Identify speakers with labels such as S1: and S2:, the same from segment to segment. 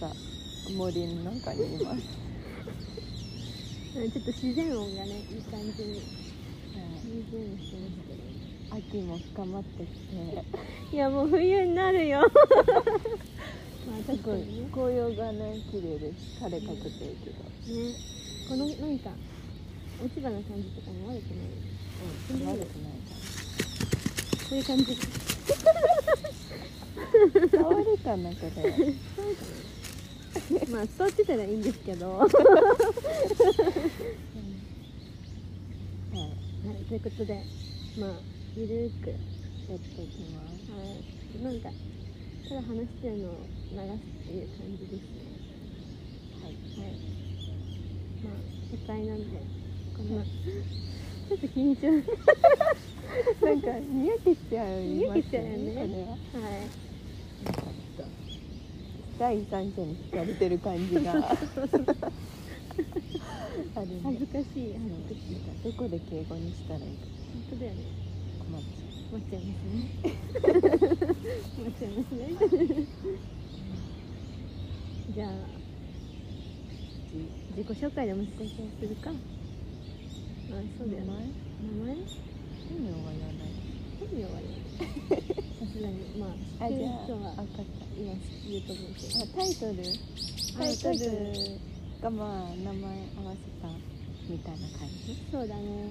S1: か森の中にいます、
S2: うんちょっと自然音がねいい感じに
S1: は
S2: 湖にしてますけど
S1: い、秋も深まってきて
S2: いやもう冬になるよまあ
S1: す
S2: 確か
S1: ごい
S2: にね
S1: 紅葉がね綺麗です枯れかけてるけど、
S2: ねこのなんか落ち葉の感じとかも悪くない
S1: うん、悪
S2: こ
S1: くない
S2: ういう感じ
S1: かな触れた中で
S2: まあ座ってたらいいんですけど はい
S1: はい
S2: ということでまあゆるーく
S1: やっていきます
S2: はいなんかただ話してるのを流すっていう感じですね
S1: はい
S2: はい。まあ、初回なんで、こんな、ちょっと緊張。は
S1: なんかにやけしちゃう
S2: にやけしちゃうよね。
S1: これはいなんかちょっと第三者に聞かれてる感 じが あるね
S2: 恥ずかしい
S1: あのなん
S2: 話
S1: か
S2: です。
S1: どこで敬語にしたらいいか
S2: 本当だよね。
S1: 困
S2: 困っちゃいま
S1: っちゃ
S2: すね。困っちゃいますね。じゃあ、
S1: う
S2: 自己紹介でも少しするか。あ、そうだよ
S1: 名前
S2: ね。名前
S1: 本名は言わない
S2: 本名はね。さすがに、まあ、
S1: あ
S2: 知って
S1: じ
S2: る
S1: ゃあ
S2: 人は
S1: 分かっ
S2: 今知ってると思うけど。
S1: たあタイトル
S2: あ
S1: タイト
S2: タイト
S1: ルがまあ名前合わせたみたいな感じ
S2: そうだね。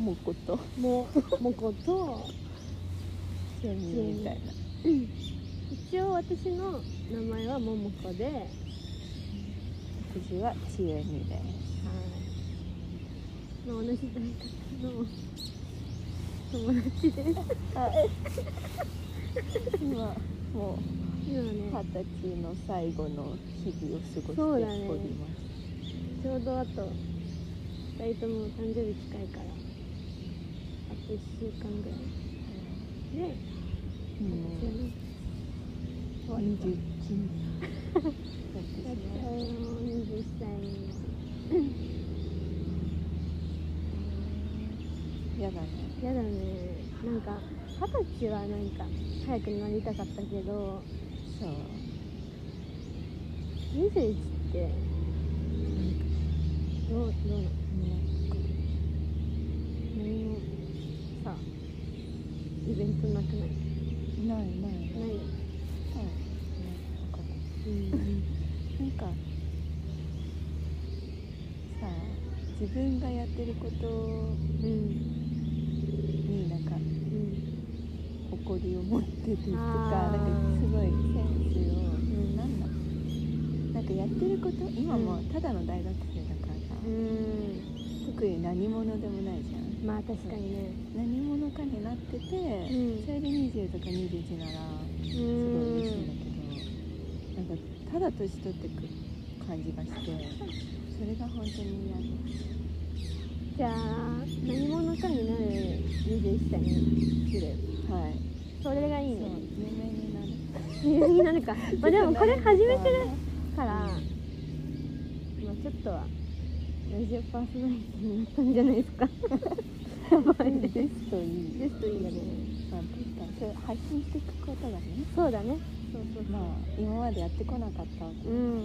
S1: もこと
S2: もう、もこと、
S1: 趣味みたいな
S2: 一応私の名前はももこで、はい、
S1: 私はちえみです
S2: まあ、同じ大学の友達で
S1: あ今もう
S2: 今
S1: 二
S2: ね
S1: 十歳の最後の日々を過
S2: そ
S1: ご
S2: う
S1: し
S2: だね
S1: ております、
S2: ちょうどあと2人とも誕生日近いからあと1週間ぐらいで、
S1: うん
S2: 終わ
S1: 二
S2: り
S1: 十
S2: だ
S1: 一
S2: やっちゃうよ20歳に
S1: やだね
S2: やだねなんか二十歳はなんか早くなりたかったけど
S1: そう
S2: 21ってどうどうなの何もさイベントなくない
S1: ない
S2: な
S1: ない
S2: いよ、
S1: はいなんか
S2: うん、
S1: なんかさあ自分がやってること
S2: うん
S1: になんか
S2: うん
S1: 誇りを持ってるとか
S2: あー
S1: なんかすごいセンスを、
S2: ん
S1: なんだなんかやってること今もただの大学生だからさ、
S2: うん
S1: 特に何者でもないじゃん
S2: まあ確かにね
S1: 何者かになってて、
S2: ん
S1: それで20とか21なら
S2: う
S1: すごい嬉しい
S2: ん
S1: んだけど、なんかただ年取ってく感じがしてそれが本当に嫌で
S2: じゃあ何者かになる21歳にする
S1: はい
S2: それがいい
S1: そう
S2: ね
S1: 有名になる
S2: 夢になるかまあでもこれ始めてるから、まあ
S1: うん
S2: ちょっとはラジオパーソナリティになったんじゃないですかやばいね
S1: ベストいい
S2: ゲストいいよね
S1: まあポッドキャスト発信していくことがね
S2: そうだねそうそう
S1: まあ今までやってこなかったこと
S2: うん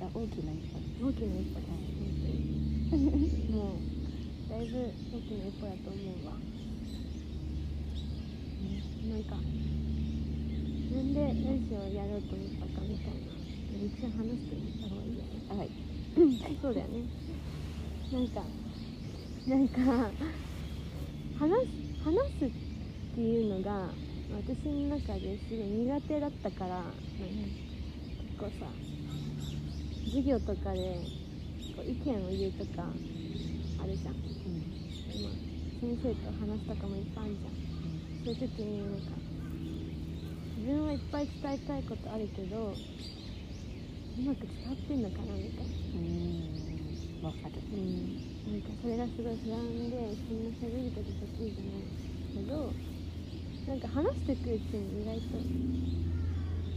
S1: が大きな一歩です
S2: 大きな一歩だ本当にもうだいぶ大きな一歩だと思うわ
S1: ね
S2: なんかなんでラジオやろうと思ったかみたいなめっちゃ話してみた方がいいよね
S1: はい
S2: そうだよねなんかなんか話す話すっていうのが私の中ですごい苦手だったからなんか結構さ授業とかでこう意見を言うとかあるじゃん
S1: うん
S2: 今先生と話すとかもいっぱいあるじゃんそういう時になんか自分はいっぱい伝えたいことあるけどうまく伝わってんのかなみたいな,、
S1: うんわかる
S2: うん、なんかそれがすごい不安でそんな喋ること得意じゃないけどなんか話してくうちに意外と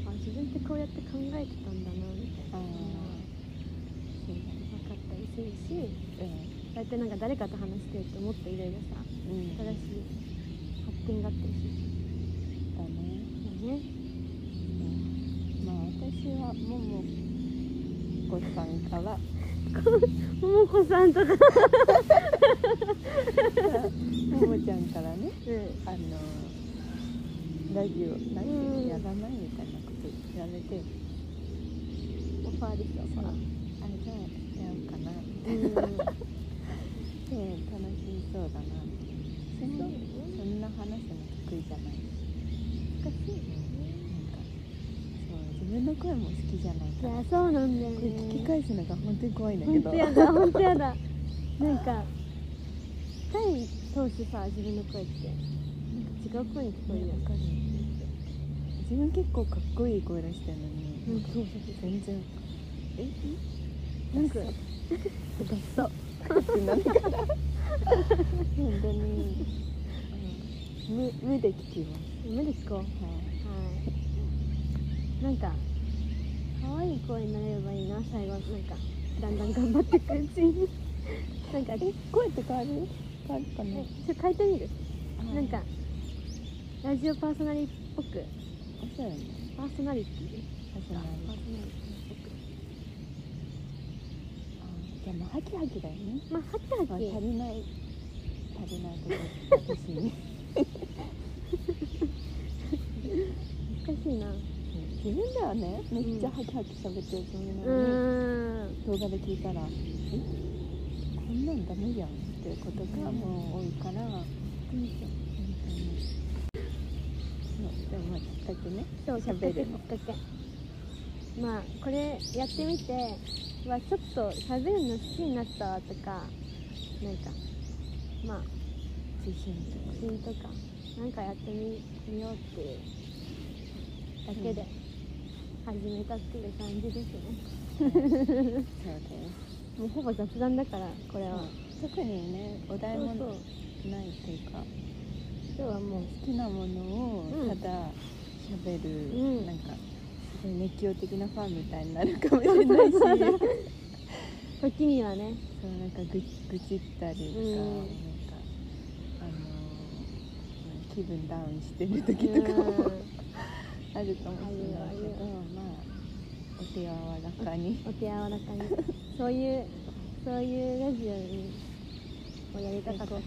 S2: あ自分ってこうやって考えてたんだなみたい
S1: あ
S2: な
S1: あ
S2: のが
S1: そう
S2: 分かったりするし
S1: だね
S2: こうやってなんか誰かと話してるともっといろいろさ
S1: うんうん
S2: 新しい発見があったりする
S1: だね
S2: よね。
S1: まあ私私はももこさんから
S2: 桃子さんとか、
S1: ももちゃんからね
S2: うん、
S1: あのラジオなんていうのやらないみたいなこと言われて
S2: オファーでした
S1: ああれじゃあやろうかなっ
S2: うん
S1: て楽しそうだなってそんなそんな話の得意じゃない
S2: 難しい
S1: なんかそう自分の声も好きじゃない
S2: い
S1: から
S2: や
S1: こ
S2: そうなんだよね
S1: れ聞き返すのが本当に怖いんだけ
S2: 本
S1: ど
S2: 当やだ本当やだなんか回通してさ自分の声ってなんか違う声に聞こえるやん
S1: わかる自分結構かっこいい声出してるのに、
S2: うん
S1: なんか全然え
S2: なんか
S1: ダサってなるから本当にあの無無で聞きます
S2: 夢で聞こう
S1: はい
S2: はいなんか可愛い声になれればいいな最後なんかだんだん頑張っていくうちになんか
S1: え
S2: え
S1: 声って変わる変わるかな
S2: ちょ書いてみる
S1: あ
S2: なんかラジオパーソナリティっぽく
S1: あそうやね
S2: パーソナリティ
S1: あそうなん
S2: パーソナ
S1: だ
S2: リティっぽく
S1: あじゃあもうハキハキだよね
S2: まあハキ
S1: ま
S2: ハ
S1: あ、
S2: キ
S1: 足りない足りないこと私に
S2: 難しいな
S1: 自分ではねめっちゃハキハキ喋ってるつもりな
S2: う
S1: のに、
S2: ーん
S1: 動画で聞いたら「えこんなんダメじゃん」っていうことがもう多いから本当にそうでもまあきっかけね
S2: そう
S1: 喋
S2: 喋
S1: る
S2: る
S1: の
S2: のきっかけまあこれやってみてはちょっと喋るの好きになったわとかなんかまあ
S1: 自信とか
S2: 写真とかなんかやってみみようっていうだけで始めたっていう感じですね、
S1: そうです
S2: もうほぼ雑談だからこれは、
S1: 特にねお題
S2: そう
S1: も
S2: そう
S1: ないっていうか
S2: 今日はもう
S1: 好きなもの
S2: う
S1: を
S2: ん
S1: ただ喋る、
S2: うん
S1: なんかすごい熱狂的なファンみたいになるかもしれないし
S2: 時にはね
S1: そうなんか愚愚痴ったりとか、
S2: うん
S1: なんかあのー気分ダウンしてる時とか も
S2: うん
S1: あるかもしれないけど、まあお手柔らかに、
S2: お手柔らかに そういうそういうラジオにをやりたかったからね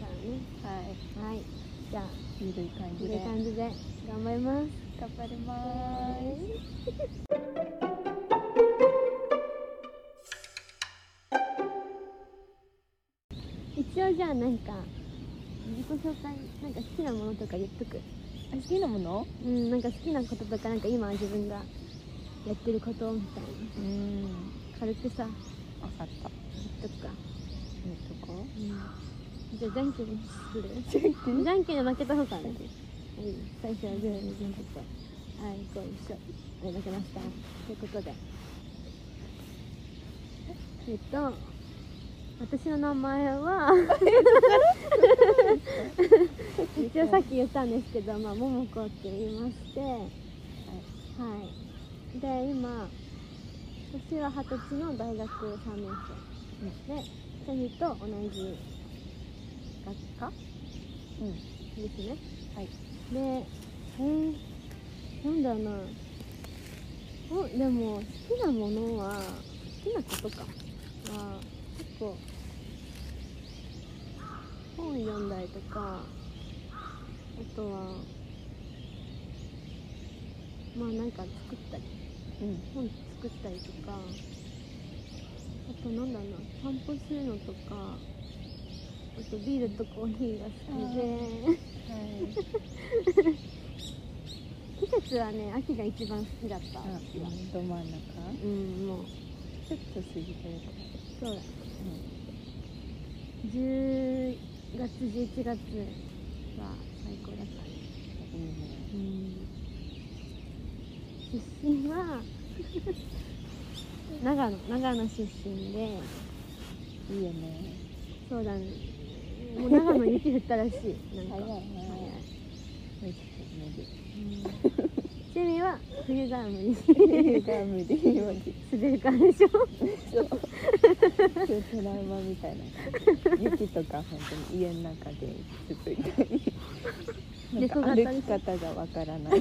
S1: はい、
S2: はいじゃあ
S1: ゆるい感
S2: こ
S1: じ
S2: うい
S1: で
S2: う感じで頑張ります
S1: 頑張ります。
S2: 一応じゃあなんか自己紹介なんか好きなものとか言っとく
S1: あ好きなもの？
S2: うんなんか好きなこととかなんか今自分がやってることみたいな
S1: うん、
S2: 軽くさ
S1: わかった。
S2: 言っとくか、
S1: えっとこ う。
S2: うん、じゃあじゃんけんする
S1: じゃんけん。
S2: じゃんけんで負けた方からね。はい、最初はグーの順番と。はい、こう一緒。はい、負けました。ということで。えっと、私の名前は、 一応さっき言ったんですけど、まあ、ももこって言いまして、はい。で、今、私は二十歳の大学3年生。で、セミと同じ学科
S1: うん、は
S2: ですね。
S1: い。
S2: で、えー、なんだろうな。お、でも、好きなものは、好きなことか。は、結構、本読んだりとか、あとは、まあなんか作ったり、
S1: うん、
S2: 本作ったりとか、あとなんだろうな、散歩するのとか、あとビールとコーヒーが好きで、
S1: はい。
S2: 季節はね秋が一番好きだった
S1: あ、
S2: 私は
S1: ど真ん中。
S2: うんもう
S1: ちょっと過ぎてるか
S2: そうだ
S1: ら。う
S2: 10月11月は最高だったね
S1: ん、いいね。
S2: うん出身は長野長野出身で
S1: いいよね。
S2: そうだねもう長野雪降ったらしいなんか
S1: 早いね
S2: 早い
S1: めっちゃ
S2: 趣味は冬が無理
S1: 無理。が無理。マジ
S2: 滑るからでしょ
S1: そう。そうトラウマみたいな感じ。雪とか本当に家の中でずっといたり。なんか
S2: 猫型
S1: 歩き方がわからない。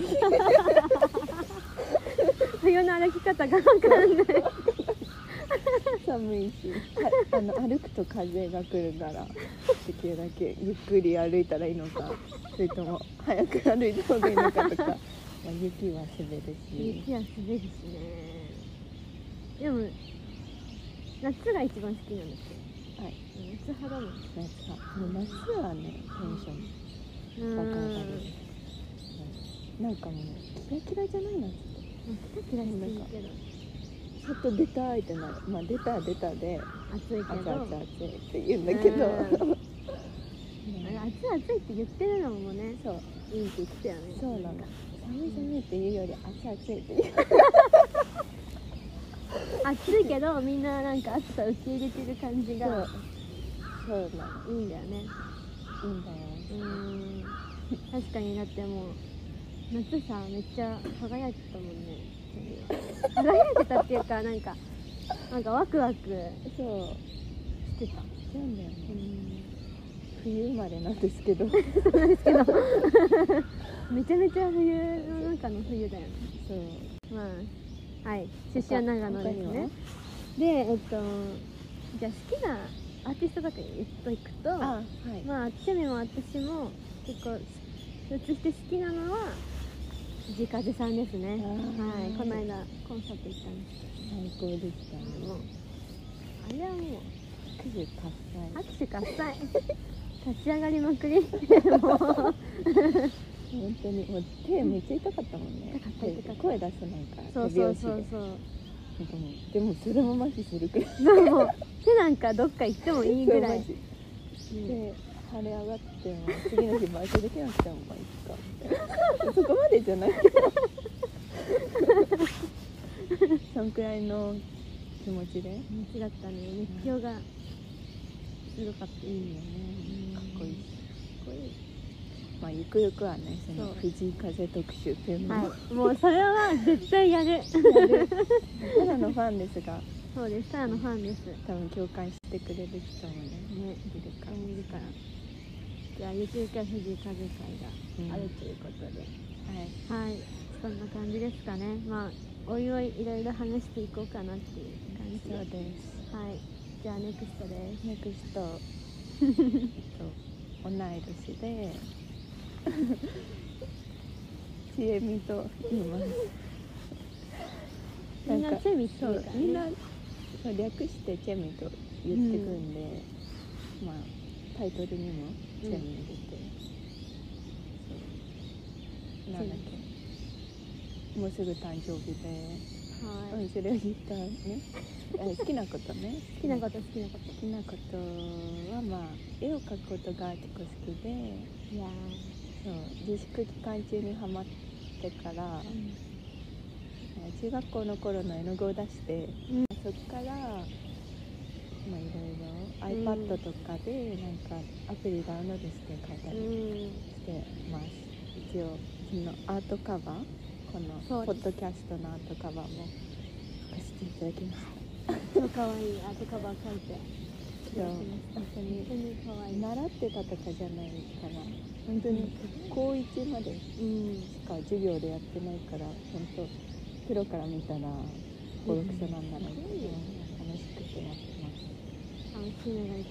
S2: 冬の歩き方が分かんない
S1: 寒いしかあの歩くと風が来るからできるだけゆっくり歩いたらいいのかそれとも早く歩いた方がいいのか とか、まあ、雪は滑るし
S2: 雪は滑るしねでも夏が一番好きなんです
S1: はい
S2: よ夏派だもん
S1: 夏はもう夏はねテンション
S2: う
S1: バカ上がり
S2: ん
S1: うんなんかもうキラキラじゃないな
S2: キラキラしてるけど
S1: 外出たいってなるまあ出たら出たで
S2: 暑い
S1: 熱
S2: け
S1: 々熱
S2: ど
S1: いって言うんだけど、
S2: うん
S1: ね
S2: 暑い暑いって言ってるのもね
S1: そう
S2: いいって言ってたよね
S1: そうなの
S2: か
S1: 寒い寒いって言うより暑い暑いって言う
S2: 暑いけどみんななんか暑さ受け入れてる感じ
S1: そう
S2: が
S1: そうなの
S2: いいんだよね
S1: いいんだよ
S2: うーん確かにだってもう夏さめっちゃ輝いてたもんね輝いてたっていうかなんかなんかワクワクし
S1: そう
S2: てた
S1: そうなんだよね
S2: うん
S1: 冬生まれなんですけどそう
S2: めちゃめちゃ冬の中の冬だよねまあはい出身は長野ですねでえっとじゃあ好きなアーティストとか言っといくと
S1: あはい
S2: まあ趣味も私も結構共通して好きなのは藤風さんですね
S1: あー
S2: はいこの間コンサート行ったんです
S1: 最高でした
S2: けど
S1: ね
S2: もあれはもう
S1: 九十喝采
S2: 拍手喝 采立ち上がりまくりもう
S1: 本当にもう手めっちゃ痛かったもんね
S2: 痛かった痛かった
S1: 声出せないから
S2: そう
S1: 手
S2: そ
S1: 拍
S2: う
S1: 子
S2: そう
S1: で
S2: そう
S1: 本当にでもそれも麻痺するくらい
S2: そうもう手なんかどっか行ってもいいぐらい、
S1: そう
S2: う
S1: マジ
S2: ん
S1: で腫れ上がっても次の日バイトできなくてもまあいいかみたいなそこまでじゃないけどそんくらいの気持ちで
S2: 人気だったね熱狂がすごかった、
S1: いいよね
S2: うん
S1: かっこいいし
S2: こいい
S1: まあゆくゆくはねその
S2: そう
S1: 藤井風特集っていうのも、
S2: はい、もうそれは絶対やる
S1: ただのファンですが
S2: そうですタラのファンです
S1: 多分共感してくれる人もね
S2: ね
S1: いるから、
S2: いるからじゃあゆきゆきは藤井風会があるということで、
S1: はい
S2: はいそんな感じですかねまあおいおいいろいろ話していこうかなっていう感じ
S1: そう
S2: で
S1: です
S2: はいじゃあネクストです
S1: ネクスト同い年で ちえみと言います
S2: みんなチェミって
S1: そ
S2: 言う
S1: う
S2: から、ね、
S1: みんなそう略してチェミと言ってくんで、まあタイトルにもチェミ入れて、そうなんだっけもうすぐ誕生日で、
S2: は
S1: う
S2: い
S1: ん、それを言った ねあ好きなことね
S2: 好きなこと好きなこ
S1: 好きなことはまあ絵を描くことが結構好きで
S2: といや
S1: そう自粛期間中にハマってから
S2: ー、うん
S1: えー中学校の頃の絵の具を出して、
S2: うん
S1: そっから、ま
S2: うん
S1: あ、いろいろ iPad とかでなんかアプリダウンロードして描いたりしてます、一応そのアートカバーこ
S2: そ
S1: の
S2: う
S1: ポ
S2: です
S1: ッドキャストのアートカバーも貸していただきまし
S2: 超かわいいアートカバー描いて
S1: たそう本当
S2: 本
S1: に
S2: 当にかわいい
S1: 習ってたとかじゃないから本当に高1までし
S2: うん
S1: か授業でやってないから本当プロから見たらボロクソなんだなって
S2: うん
S1: 楽しくてやってます
S2: 楽しいのが一番です、
S1: はい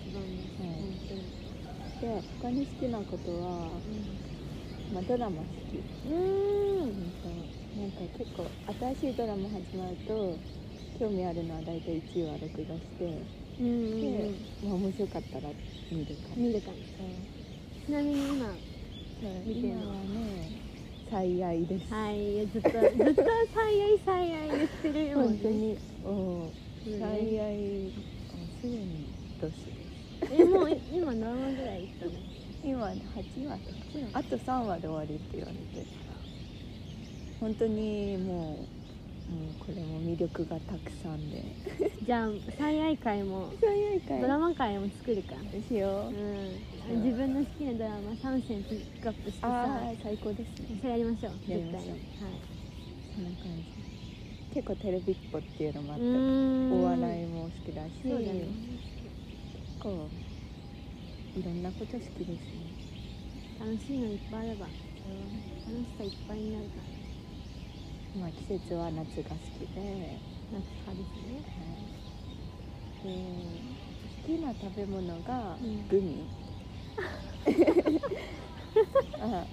S2: 本当に
S1: で他に好きなことは、まあ、ドラマ好き
S2: うん
S1: 本当なんか結構新しいドラマ始まると興味あるのは大体1話録画して、
S2: うんうんうん
S1: で、まあ、面白かったら見るから
S2: 見るかなちなみに今見て
S1: 今
S2: んの
S1: はね最愛です
S2: はいずっとずっと最愛最愛言ってるよ
S1: 本当におー
S2: うん
S1: 最愛あすでに年です
S2: えもうい今何話ぐらいいったの
S1: 今8話あと3話で終わりって言われて本当にもうもうこれも魅力がたくさんで
S2: じゃあ最愛会も
S1: 最愛
S2: ドラマ会も作るか
S1: しよ
S2: う
S1: うんうん
S2: 自分の好きなドラマ三選ピックアップしてさ
S1: ああ最高ですね
S2: それやりましょう絶
S1: や
S2: 対
S1: りま
S2: は
S1: しょう
S2: い
S1: そんな感じ結構テレビっ子っていうのもあ
S2: う
S1: っ
S2: ー
S1: て
S2: ん
S1: お笑いも好きだし
S2: そうだね
S1: 結構いろんなこと好きですね
S2: 楽しいのいっぱいあれば楽しさいっぱいになるから
S1: まあ季節は夏が好ききで、はい
S2: 夏派ですね
S1: で好きな食べ物が
S2: うん
S1: グミ、あ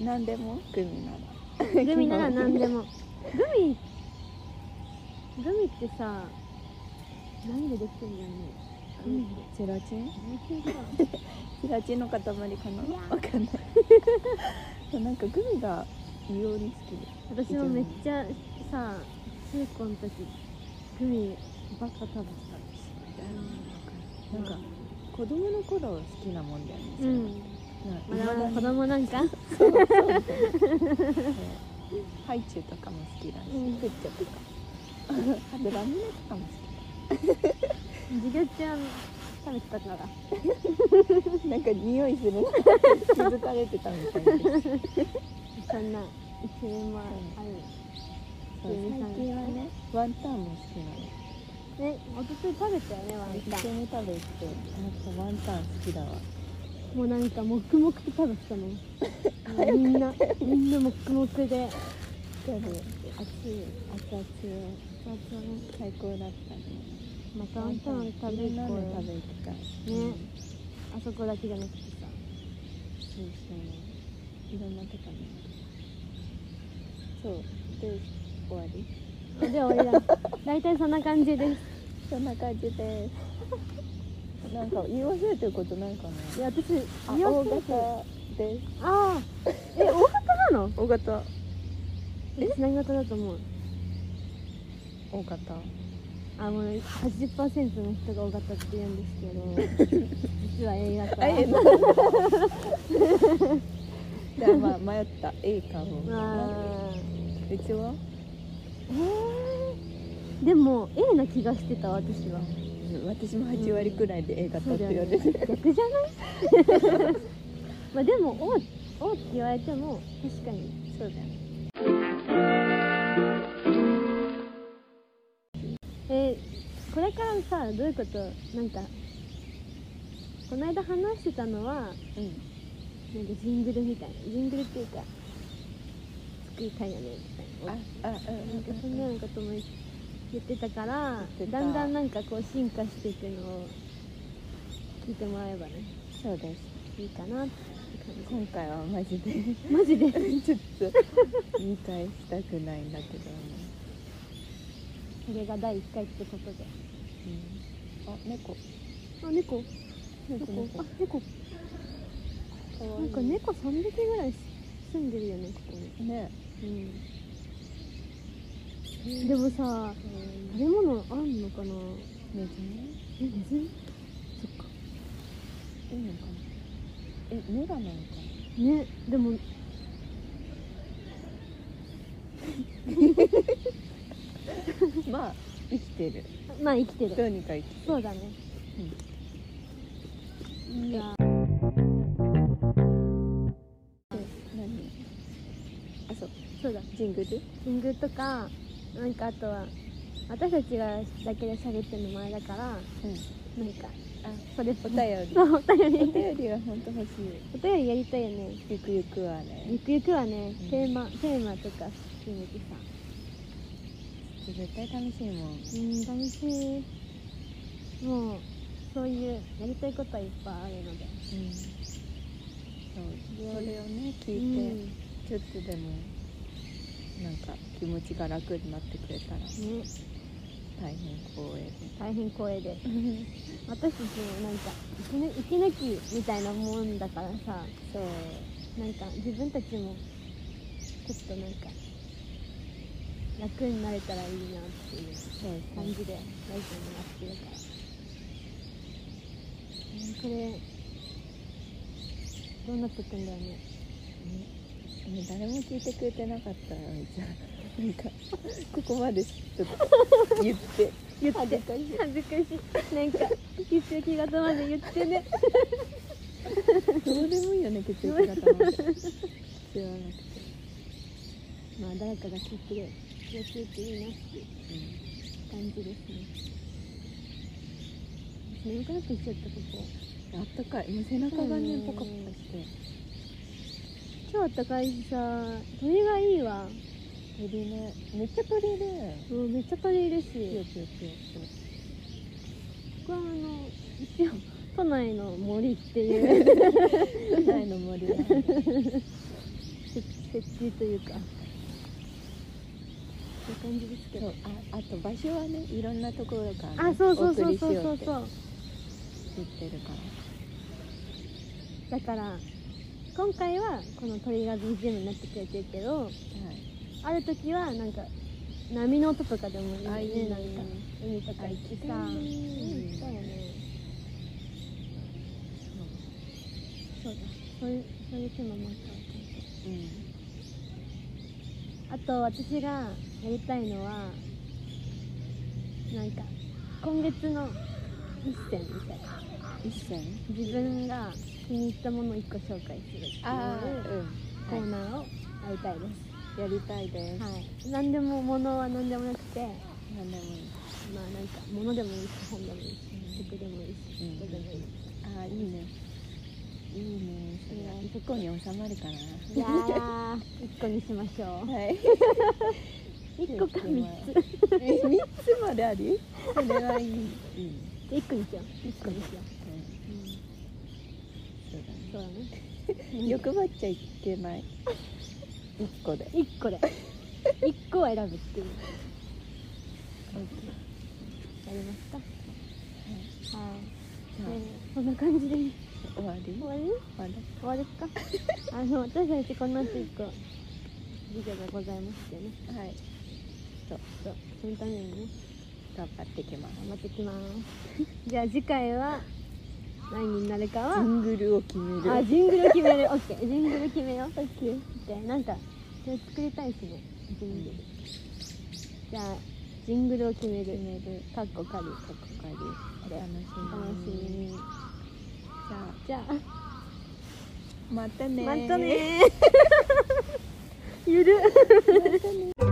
S1: 何でもグミなら
S2: グミなら何で
S1: も
S2: もグミグミってさ何でできてるんだろうねグミって
S1: ゼラチン
S2: 最近さ
S1: ゼラチンの塊かない
S2: や
S1: わかんないそうなんかグミが異様に好きで
S2: 私もめっちゃさ中高の時グミばっか食べて
S1: なんか子供の頃好きなもんだよね
S2: たうん
S1: そ
S2: ま
S1: れ
S2: だ
S1: なんか
S2: まだ子
S1: 未だに
S2: 供なんか
S1: そうそうそうハイチュウとかも好きだし、
S2: うん
S1: ペッチョとかあとラムネとかも好
S2: 授業中は食べてたから
S1: きなんか匂いするの気づかれてたみたいですそう
S2: そんな一年もある
S1: 最近はねワンタンも好きなの
S2: ねおとつい食べたよねワン
S1: 一
S2: タ
S1: 緒
S2: ン
S1: に食べてなんかワンタン好きだわ
S2: もうなんか黙々と食べてたもんもうみんなみんな黙々で
S1: でも
S2: 暑い
S1: 熱々
S2: 夏はね
S1: 最高だったね
S2: またワンタン食べ
S1: いろ
S2: 行
S1: んな
S2: こう
S1: の食べ
S2: よ
S1: 行きたい
S2: ね
S1: うん
S2: あそこだけじゃなくてさ
S1: そうそういろんなとこにそうで終わり
S2: あで俺ら大体そんな感じです
S1: そんな感じです なんか言い忘れてることなんかない
S2: いや私
S1: あ
S2: 美容
S1: 大
S2: 整形
S1: 型です
S2: ああえ大型なの
S1: 大型
S2: 私何型だと思う
S1: 大型
S2: あもう80%の人が大型って言うんですけど実は A 型
S1: えじゃあまあ迷った A かも
S2: まあ
S1: うちは
S2: えーでも A な気がしてた私は
S1: 私も8割くらいで A 型
S2: そう
S1: って
S2: だよ
S1: 言
S2: ね
S1: われてる
S2: 逆じゃない まあでも O, o って言われても確かに
S1: そうだね
S2: えーこれからさどういうことなんかこの間話してたのはなんか
S1: うん
S2: ジングルみたいなジングルっていうか作りたいよねみたいな
S1: ああうん
S2: なんかそんなようなことも言ってたから
S1: 言ってた
S2: だんだんなんかこう進化していくのを聞いてもらえばね
S1: そうです
S2: いいかなって感
S1: 今回はマジで
S2: じマジで
S1: ちょっと見返したくないんだけどね、
S2: これが第1回ってことで
S1: うん、あ猫
S2: あ猫
S1: 猫
S2: 猫
S1: 猫
S2: あ猫なんか猫3匹ぐらい住んでるよねここに
S1: ね
S2: うんでもさ食べ物あんのかな
S1: ネズミ
S2: えネズミそっか
S1: いいのかなえ目がないのか
S2: ねでも
S1: な まあ生きてる
S2: まあ生きて
S1: ど
S2: る
S1: うにか生き
S2: そうだねいや
S1: 何あそう
S2: そうだ
S1: ジングル
S2: キングとかなんかあとは私たちがだけで喋ってるのもあれだからなんか
S1: うんあ
S2: それっぽ
S1: お
S2: い
S1: 便り
S2: そう お便
S1: お
S2: り
S1: 便りは本当欲しい
S2: お便りやりたいよね
S1: ゆくゆくはね
S2: ゆくゆくはね、
S1: うん
S2: テーマテーマとか決めてさ
S1: 絶対楽しいもん
S2: うん楽しいもうそういうやりたいことはいっぱいあるので
S1: うんそうそれをね聞いて、ちょっとでもなんか気持ちが楽になってくれたら
S2: うんね
S1: 大変光栄で
S2: 大変光栄で私たちもなんか息抜息抜きみたいなもんだからさ
S1: そう
S2: なんか自分たちもちょっとなんか楽になれたらいいなっていう
S1: そう
S2: 感
S1: そう
S2: じでライジオになってるから、うんこれどうなってくんだよね
S1: ね誰も聞いてくれてなかったらじゃあなんかここまでちょっと言って言ってかしい
S2: 恥ずかしいなんか血液型まで言ってね
S1: どうでもいいよね血液型なんて必要なくて、
S2: まあ誰かが聞いてくれてていいなっていう
S1: う
S2: 感じですね眠くなってきちゃったここ
S1: ん、あったかいもう背中がね
S2: うん
S1: ポカポカして
S2: 今日あったかいしさ鳥がいいわ
S1: 鳥ねめっちゃ鳥いる
S2: もうめっちゃ鳥いる
S1: ピヨ
S2: し
S1: ピヨピヨピヨ
S2: 僕はあの一応都内の森っていう
S1: 都内の森は
S2: 設設置というかそういう感じですけ
S1: そ
S2: ど
S1: うああと場所はねいろんなところから、ね、
S2: あそうそう
S1: お送
S2: そう
S1: りし
S2: そう
S1: よ
S2: そうう
S1: って
S2: そう
S1: 言ってるから
S2: だから今回はこの鳥が BGM になってくれてるけど
S1: はい
S2: ある時はなんか波の音とかでもいいよ
S1: あ
S2: ね
S1: いいね
S2: なんか海とか行ってさ
S1: あ
S2: う
S1: 行
S2: ん行
S1: き
S2: き
S1: た
S2: たい
S1: い
S2: よねそうだそういうそういうテーマもあったわあ
S1: うん
S2: と私がやりたいのはなんか今月の一戦みたいな
S1: 一線
S2: 自分が気に入ったものを1個紹介するっていう
S1: ああ
S2: コ
S1: う
S2: ー
S1: ん、は
S2: ナーをやりたいで、
S1: い、やりたいですす、
S2: はい、何でも物は何でもなくて
S1: 何でもいい
S2: まあなんか物でもいいし本でもいいし曲でもいいし
S1: うん
S2: 人でもいいし
S1: ああいいねいいねそれは一個に収まるかな、
S2: じゃあ1個にしましょ
S1: はい。
S2: う1個か3つ
S1: え三つまであり？それはいい。いい。
S2: 1個にしよう1個にしよ
S1: うん
S2: う、
S1: そうだね
S2: そうだね
S1: 欲張っちゃいけない。一個で。
S2: 1個で1個は選ぶっていうやりますかはい、
S1: じゃ
S2: ねこんな感じで
S1: あ終わり？
S2: 終
S1: 終
S2: わり
S1: わり。
S2: 終わりです かあの私たちこの後1個授業がございましてね
S1: はい。
S2: そうそのためにね
S1: 頑張ってきます。
S2: 頑張ってきます じゃあ次回は何になるかは
S1: ジングルを決める。
S2: あジングル決める OK ジングル決めよう OK でなんかそれ作りたいしねジングル、じゃあジングルを決める
S1: 決める。
S2: カッコカリ
S1: おかり。お楽し
S2: お楽し
S1: み
S2: み
S1: に。
S2: に
S1: じゃ
S2: じゃあ
S1: あまたね。
S2: またねー ゆる
S1: またねー